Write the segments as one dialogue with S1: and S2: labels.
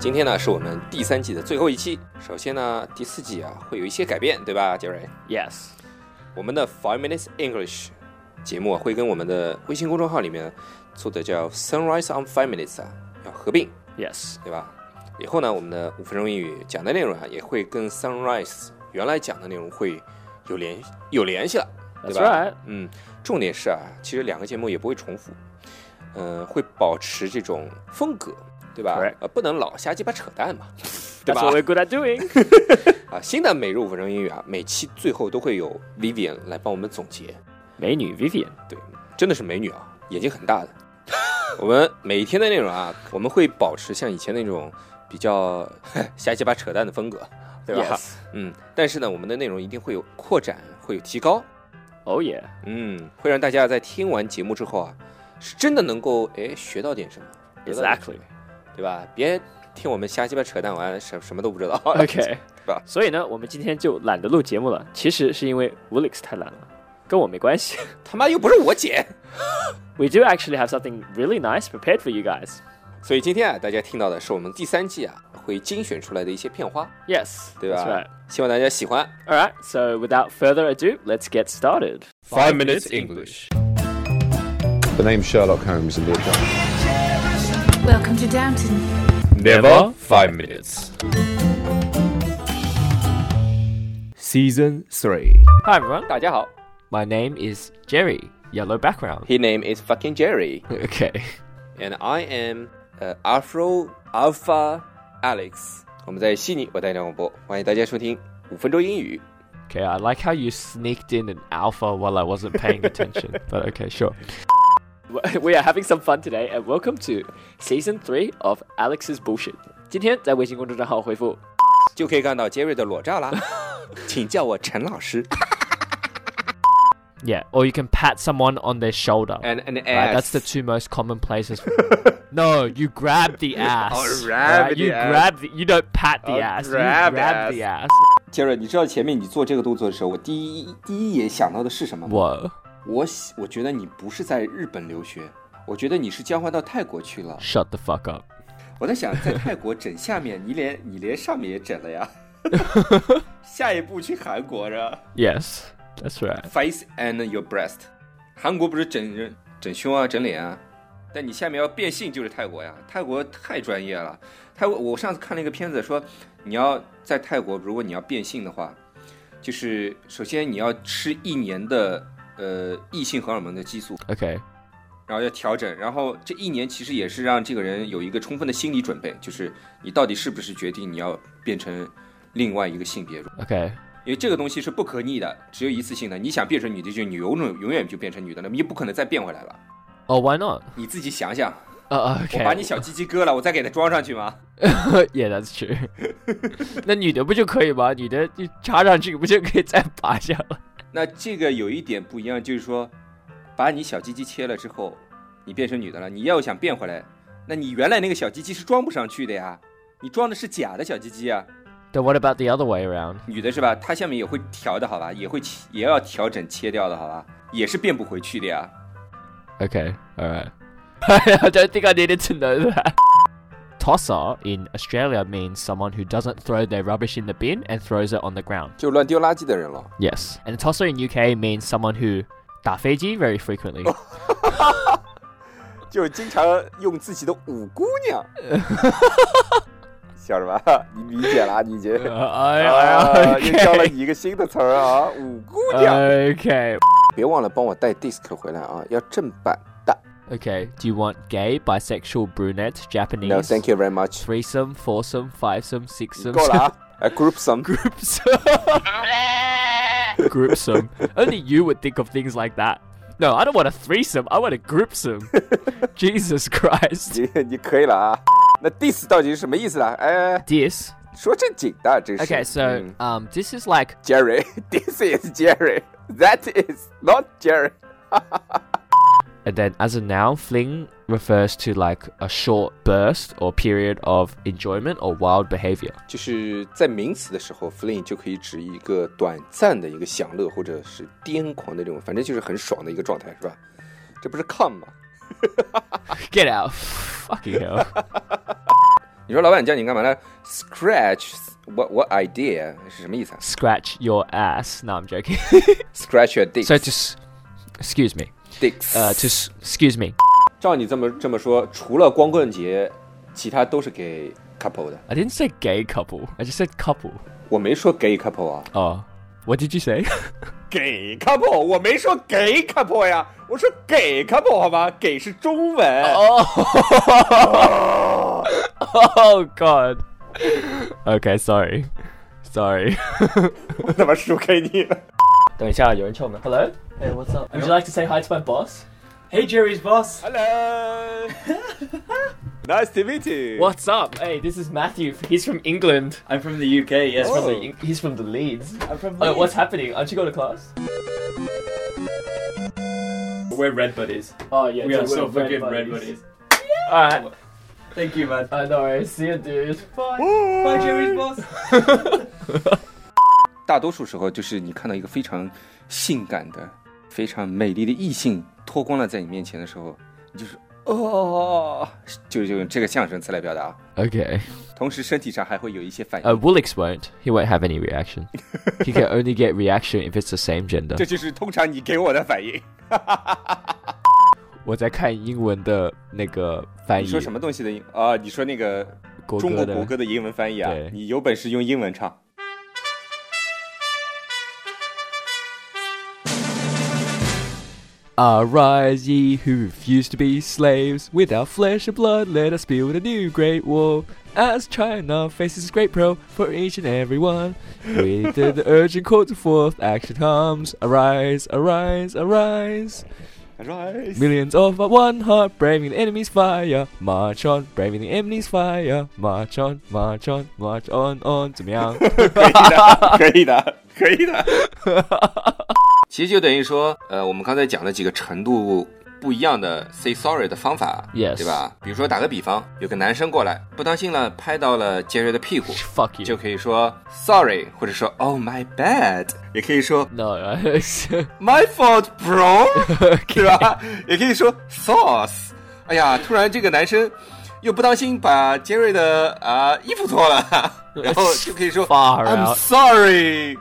S1: 今天呢是我们第三季的最后一期。首先呢，第四季啊会有一些改变，对吧，杰瑞？
S2: Yes，
S1: 我们的 Five Minutes English 节目啊会跟我们的微信公众号里面做的叫 Sunrise on Five Minutes 啊要合并，
S2: Yes，
S1: 对吧？以后呢，我们的五分钟英语讲的内容啊也会跟 Sunrise 原来讲的内容会有联有联系了，对
S2: that's
S1: 吧
S2: right。
S1: 嗯，重点是啊，其实两个节目也不会重复，嗯、会保持这种风格，对吧
S2: Correct
S1: 呃，不能老瞎鸡巴扯淡嘛，
S2: That's
S1: 对吧
S2: what？we're good at doing.
S1: 啊，新的每日五分钟英语啊，每期最后都会有 Vivian 来帮我们总结，
S2: 美女 Vivian，
S1: 对，真的是美女啊，眼睛很大的。我们每一天的内容啊，我们会保持像以前那种比较瞎鸡巴扯淡的风格，对吧
S2: Yes.
S1: 嗯，但是呢，我们的内容一定会有扩展，会有提高，
S2: Oh yeah.
S1: 嗯，会让大家在听完节目之后啊，是真的能够哎学到点什么学到点什么
S2: Exactly.
S1: 对吧？别听我们瞎鸡巴扯淡完，什什么都不知道。
S2: OK
S1: 吧。
S2: 所以呢，我们今天就懒得录节目了。其实是因为 Woolix 太懒了，跟我没关系。
S1: 他妈又不是我姐。
S2: We do actually have something really nice prepared for you guys.
S1: 所以今天啊，大家听到的是我们第三季啊会精选出来的一些片花，
S2: Yes,
S1: 对
S2: that's
S1: 吧
S2: right.
S1: 希望大家喜欢。
S2: All right. So without further ado, let's get started.
S3: Five Minutes English.
S4: The name's Sherlock Holmes in the account.
S5: Welcome to Downton.
S3: Never Five Minutes. Season 3.
S2: Hi everyone.
S1: 大家好
S2: My name is Jerry. Yellow background.
S1: ，His name is fucking Jerry
S2: Okay.
S1: and I am 呃 Afro Alpha Alex。我们在悉尼为大家广播，欢迎大家收听五分钟英语。
S2: Okay. I like how you sneaked in an alpha while I wasn't paying attention. but okay, sure. We are having some fun today, and welcome to season three of Alex's bullshit. 今天在微信公众号回复
S1: 就可以看到杰瑞的裸照啦。请叫我陈老师。
S6: Yeah, or you can pat someone on their shoulder.
S1: And an
S6: right?
S1: ass.
S6: That's the two most common places. no, you grab the ass.
S1: I'll grab
S6: right?
S1: the
S6: you
S1: ass.
S6: grab the. You don't pat the ass. you
S1: grab
S6: grab the ass.
S1: 杰瑞，你知道前面你做这个动作的时候，我第一第一眼想到的是什么吗？
S6: Whoa!
S1: 我喜我觉得你不是在日本留学，我觉得你是交换到泰国去了。
S6: Shut the fuck up.
S1: 我在想，在泰国整下面，你连你连上面也整了 呀。下一步去韩国了
S6: Yes, that's right.
S1: ，face and your breast。韩国不是整人、整胸啊、整脸啊，但你下面要变性就是泰国呀。泰国太专业了，泰国我上次看了一个片子说，你要在泰国，如果你要变性的话，就是首先你要吃一年的呃异性荷尔蒙的激素，
S6: Okay.
S1: 然后要调整，然后这一年其实也是让这个人有一个充分的心理准备，就是你到底是不是决定你要变成另外一个性别，
S6: Okay.
S1: 因为这个东西是不可逆的，只有一次性的。你想变成女的就你永远永远就变成女的了，你不可能再变回来了。
S6: Oh, why not?
S1: 你自己想想，
S6: Uh,
S1: 我把
S6: okay.
S1: 你小鸡鸡割了，我再给它装上去吗？
S6: yeah, that's true. 那女的不就可以吗？女的就插上去，不就可以再拔下了？
S1: 那这个有一点不一样，就是说，把你小鸡鸡切了之后，你变成女的了，你要想变回来，那你原来那个小鸡鸡是装不上去的呀，你装的是假的小鸡鸡啊。
S6: Then what about the other way around?
S1: 女的是吧？她下面也会调的好吧，也会切也要调整切掉的好吧，也是变不回去的呀。
S6: Okay, alright. I don't think I needed to know that. Tosser in Australia means someone who doesn't throw their rubbish in the bin and throws it on the ground.
S1: 就乱丢垃圾的人了。
S6: Yes. And tosser in UK means someone who 打飞机 very frequently.
S1: 就经常用自己的五姑娘，笑什么？ 你理解了，你已经 啊
S6: Uh,
S1: 哎 Ah,
S6: I- I-
S1: 你一个新的词儿啊，五姑
S6: okay. okay.
S1: 别忘了帮我带 disc 回来啊，要正版的。
S6: Okay. Do you want gay, bisexual, brunette, Japanese?
S1: you very much。
S6: Threesome, foursome, fivesome, sixsome,
S1: 够了啊 ，a group song。
S6: groupsome. groupsome. Only you would think of things like that. No, I don't want a threesome. I want a groupsome. Jesus Christ.
S1: 你你可以了啊。那 dis 到底是什么意思啊？哎，
S6: This.
S1: 说正经的，这
S6: Okay, so
S1: 嗯
S6: um, this is like
S1: Jerry. This is Jerry. That is not Jerry.
S6: And then as a noun, fling refers to like a short burst or period of enjoyment or wild behavior.
S1: 就是在名词的时候，fling 就可以指一个短暂的一个享乐，或者是癫狂的这种，反正就是很爽的一个状态，是吧？这不是 come 吗？
S6: Get out. Fucking hell.
S1: 你说老板叫你干嘛呢？Scratch what what idea 是什么意思啊
S6: Scratch your ass. No, I'm joking.
S1: ？Scratch your dick.
S6: so to, s- excuse me,
S1: dicks.
S6: uh, to s- excuse me.
S1: 照你这么这么说，除了光棍节，其他都是给 couple 的。
S6: I didn't say gay couple. I just said couple.
S1: 我没说 gay couple 啊，
S6: Oh, what did you say?
S1: 给 couple，我没说给 couple 呀，我说给 couple 好吗？给是中文。
S6: 哦 Oh, oh God. Okay, sorry, sorry.
S1: 怎么输给你了？
S6: 等一下，有人敲门。Hello. Hey, what's up? Would you like to say hi to my boss? Hey, Jerry's boss.
S1: Hello. nice to meet you.
S6: What's up? Hey, this is Matthew. He's from England. I'm from the UK. Yes,
S1: Oh.
S6: from the, he's from the Leeds. I'm from. Oh, what's happening? Aren't you going to class?
S7: We're red buddies.
S6: Oh yeah,
S7: We are so fucking red buddies.
S6: All right.
S7: Thank you, man.
S6: I know. I See you, dude.
S7: Bye, Jerry's boss.
S1: 大多数时候就是你看到一个非常性感的、非常美丽的异性脱光了在你面前的时候，你就是哦，就就用这个象声词来表达。啊
S6: Okay.
S1: 同时身体上还会有一些反应。呃
S6: Uh, Woolix won't. He won't have any reaction. he can only get reaction if it's the same gender.
S1: 这就是通常你给我的反应。
S6: 我在看英文的那个翻
S1: 你
S6: 译，
S1: 说什么东西的英啊？你说那个
S6: 国
S1: 中
S6: 歌
S1: 哎国
S6: 的
S1: 国歌的英文翻译啊
S6: 对？
S1: 你有本事用英文唱。
S6: Arise ye who refuse to be slaves, with our flesh and blood let us build a new great wall. As China faces great peril for each and every one, with the, the urgent call to forth action comes. Arise, arise, arise. Millions of but one heart braving the enemy's fire. March on, braving the enemy's fire. March on, march on, march on, on. 怎么样？
S1: 可以的，可以的。其实就等于说，呃，我们刚才讲了几个程度不一样的 say sorry 的方法
S6: Yes
S1: 对吧？比如说打个比方，有个男生过来，不当心了拍到了杰瑞的屁股，
S6: Fuck you.
S1: 就可以说 sorry，或者说 oh my bad，也可以说
S6: No. I-
S1: my fault bro，对 吧？也可以说 sauce。哎呀，突然这个男生又不当心把杰瑞的啊、衣服脱 了，然后就可以说
S6: Far
S1: I'm
S6: out.
S1: sorry。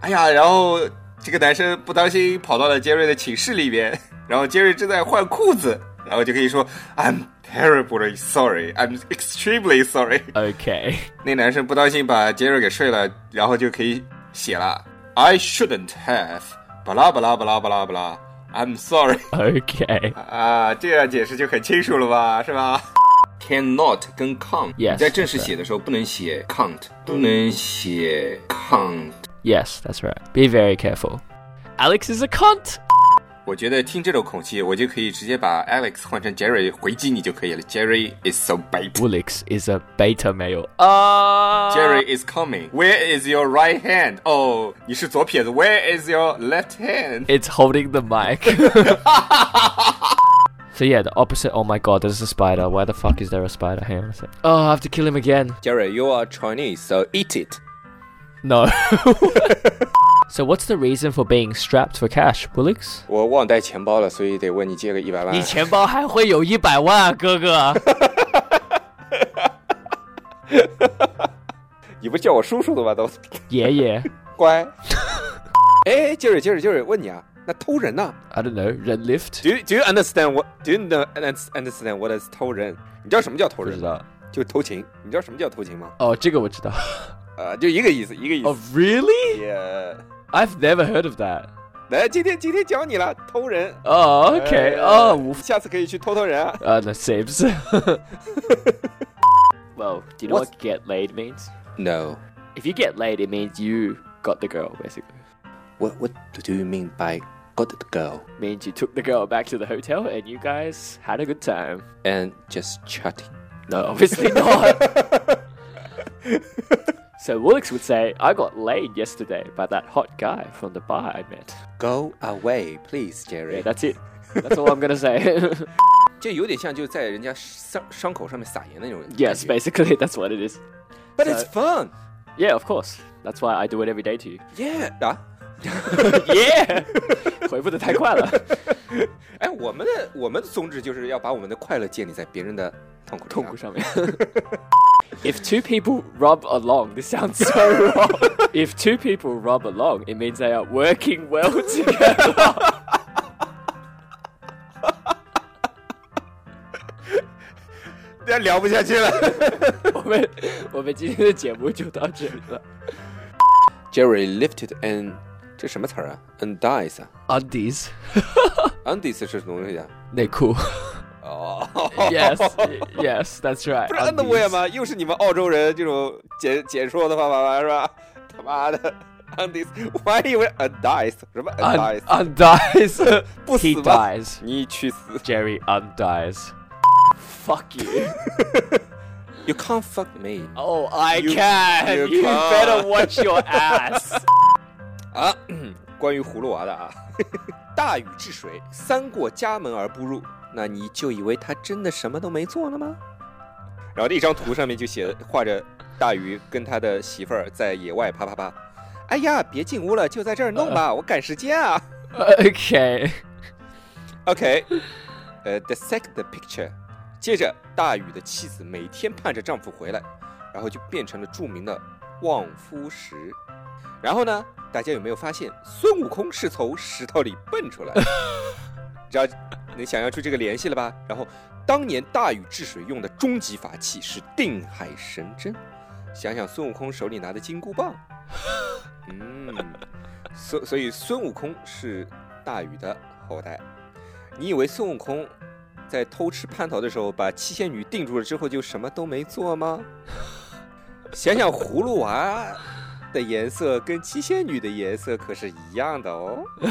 S1: 哎呀，然后这个男生不当心跑到了杰瑞的寝室里边，然后杰瑞正在换裤子，然后就可以说 I'm terribly sorry, I'm extremely sorry。
S6: Okay.
S1: 那男生不当心把杰瑞给睡了，然后就可以写了 I shouldn't have，巴拉巴拉巴拉巴拉巴拉，I'm sorry。
S6: Okay.
S1: 啊，这样解释就很清楚了吧，是吧？Cannot 跟 can't，
S6: Yes，
S1: 你在正式写的时候不能写 can't，不能写 can't。
S6: Yes, that's right. Be very careful. Alex is a cunt.
S1: 我觉得听这种口气，我就可以直接把 Alex 换成 Jerry 回击你就可以了。Jerry is so bad.
S6: Woolix is a beta male. Ah.
S1: Jerry is coming. Where is your right hand? 哦、你是左撇子。Where is your left hand?
S6: It's holding the mic. so yeah, the opposite. Oh my god, there's a spider. Why the fuck is there a spider? Hang on a sec. Oh, I have to kill him again.
S1: Jerry, you are Chinese, so eat it.
S6: No. so what's the reason for being strapped for cash, Woolix?
S1: 我忘带钱包了，所以得问你借个一百万
S6: Uh. 你钱包还会有一百万啊，哥 哥。
S1: 你不叫我叔叔的吗？都
S6: 爷爷
S1: 乖。哎，Jerry, Jerry, Jerry，问你啊，那偷人呢、
S6: ，I don't know. Red lift.
S1: Do you, Do you understand what Do you know understand what is 偷人？你知道什么叫偷
S6: 不
S1: 人
S6: 知
S1: 吗？
S6: 道。
S1: 就是偷情。你知道什么叫偷情吗？
S6: 哦，这个我知道。
S1: 呃，就一个意思，一个意思。
S6: Oh, really?
S1: Yeah
S6: I've never heard of that.
S1: 来，今天今天教你了，偷人。
S6: Oh, okay.
S1: 哎
S6: Oh, 无
S1: 下次可以去偷偷人啊。
S6: Uh, that saves.
S2: Well, do you know
S1: What's-
S2: what get laid means?
S1: No,
S2: If you get laid, it means you got the girl, basically.
S1: what What do you mean by got the girl
S2: means you took the girl back to the hotel and you guys had a good time.
S1: and just chatting?
S2: No, obviously not. so Woolix would say, I got laid yesterday by that hot guy from the bar I met.
S1: Go away, please, Jerry
S2: Yeah, that's it. That's all I'm gonna say.
S1: 这有点像就在人家伤伤口上面撒盐的那种感觉。
S2: yes, basically that's what it is.
S1: but it's fun.
S2: Yeah, of course. That's why I do
S1: 啊
S2: it every day to you.
S1: Yeah 啊，
S2: yeah! 回复的太快了。
S1: 哎，我们的我们的宗旨就是要把我们的快乐建立在别人的痛苦
S6: 痛苦
S1: 上。
S6: 上面。if two people rub along, this sounds so wrong. if two people rub along, it means they are working well together.
S1: 那聊不下去了。
S6: 我们我们今天的节目就到这里了。
S1: Jerry lifted an 这什么词儿啊？Undies 啊
S8: Undies，
S1: ？Undies 是什么东西啊？
S8: 内裤。
S1: 哦
S6: Yes, yes, that's right.
S1: 不是 underwear
S6: Undies.
S1: 吗？又是你们澳洲人这种解解说的方法吗？是吧？ 他妈的，undies，我还以为 undies 什么
S8: Un-
S6: 啊
S1: undies，
S8: undies.
S1: 不
S8: he
S1: 死吧？
S8: dies.
S1: 你去死
S8: Jerry undies.
S6: Fuck you.
S1: ！You can't fuck me
S6: Oh, I
S1: You-
S6: can.
S1: you
S6: You,
S1: can't.
S6: better watch your ass.
S1: 啊！关于葫芦娃的啊， 大禹治水，三过家门而不入，那你就以为他真的什么都没做了吗？然后这一张图上面就写画着大禹跟他的媳妇儿在野外啪啪啪。哎呀，别进屋了，就在这儿弄吧，我赶时间啊。
S6: okay.
S1: OK，呃、t h e second picture，接着大禹的妻子每天盼着丈夫回来，然后就变成了著名的望夫石。然后呢，大家有没有发现孙悟空是从石头里蹦出来的？ 知道能想象出这个联系了吧？然后，当年大禹治水用的终极法器是定海神针，想想孙悟空手里拿的金箍棒，嗯，所所以孙悟空是大禹的后代。你以为孙悟空在偷吃蟠桃的时候把七仙女定住了之后就什么都没做吗？ 想想葫芦娃的颜色跟七仙女的颜色可是一样的哦。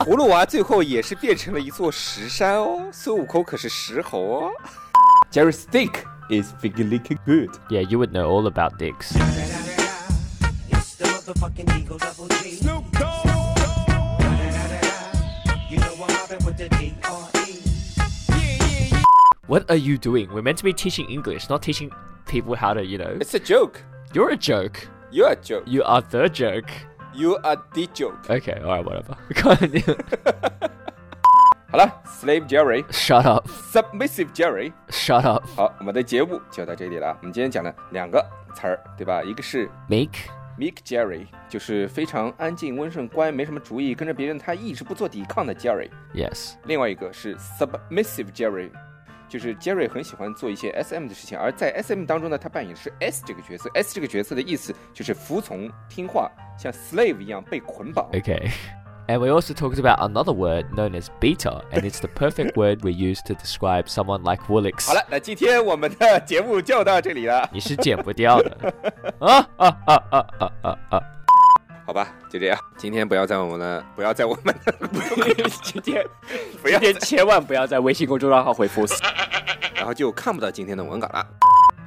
S1: 葫芦娃最后也是变成了一座石山哦，孙悟空可是石猴哦。
S9: Jerry Stick is really good.
S6: Yeah, you would know all about dicks. What are you doing? We're meant to be teaching English, not teaching people how to, you know.
S1: It's a joke.
S6: You're a joke.
S1: You are a joke.
S6: You are the joke.
S1: You are the joke.
S6: Okay, alright, whatever. God,
S1: 好了，Slave Jerry,
S6: Shut up.
S1: Submissive Jerry。
S6: Shut up.
S1: 好，我们的节目就到这里了。我们今天讲了两个词儿，对吧？一个是
S6: Meek.
S1: Meek Jerry 就是非常安静、温顺、乖，没什么主意，跟着别人他一直不做抵抗的 Jerry。
S6: Yes.
S1: 另外一个是 Submissive Jerry，就是 Jerry 很喜欢做一些 SM 的事情，而在 SM 当中呢，他扮演的是 S 这个角色。S 这个角色的意思就是服从、听话，像 slave 一样被捆绑。
S6: Okay. And we also talked about another word known as beta, and it's the perfect word we use to describe someone like Woolix.
S1: 好了，那今天我们的节目就到这里了，
S6: 你是剪不掉的。啊啊啊啊啊啊啊！
S1: 好吧，就这样。今天不要在我们的，不要在我们的，
S6: 今天
S1: 不要在
S6: 千万不要在微信公众号回复
S1: 然后就看不到今天的文稿了。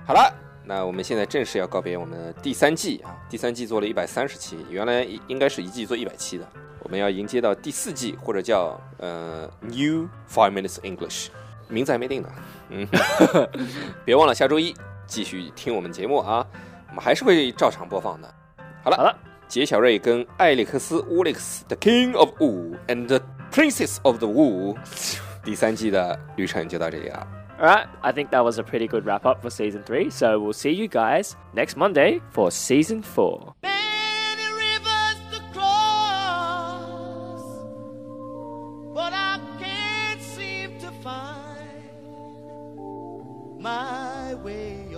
S1: 好了，那我们现在正式要告别我们的第三季啊，第三季做了一百三十期，原来一应该是一季做一百期的，我们要迎接到第四季或者叫呃 New Five Minutes English，名字还没定呢。嗯， 别忘了下周一继续听我们节目啊，我们还是会照常播放的。好了，
S6: 好了，
S1: 杰小瑞跟艾利克斯·乌利克斯，The King of Wu and the Princess of the Wu，第三季的旅程就到这里啊了。
S6: Alright, I think that was a pretty good wrap up for season three. So we'll see you guys next Monday for season four.
S10: Many rivers to cross, but I can't seem to find my way.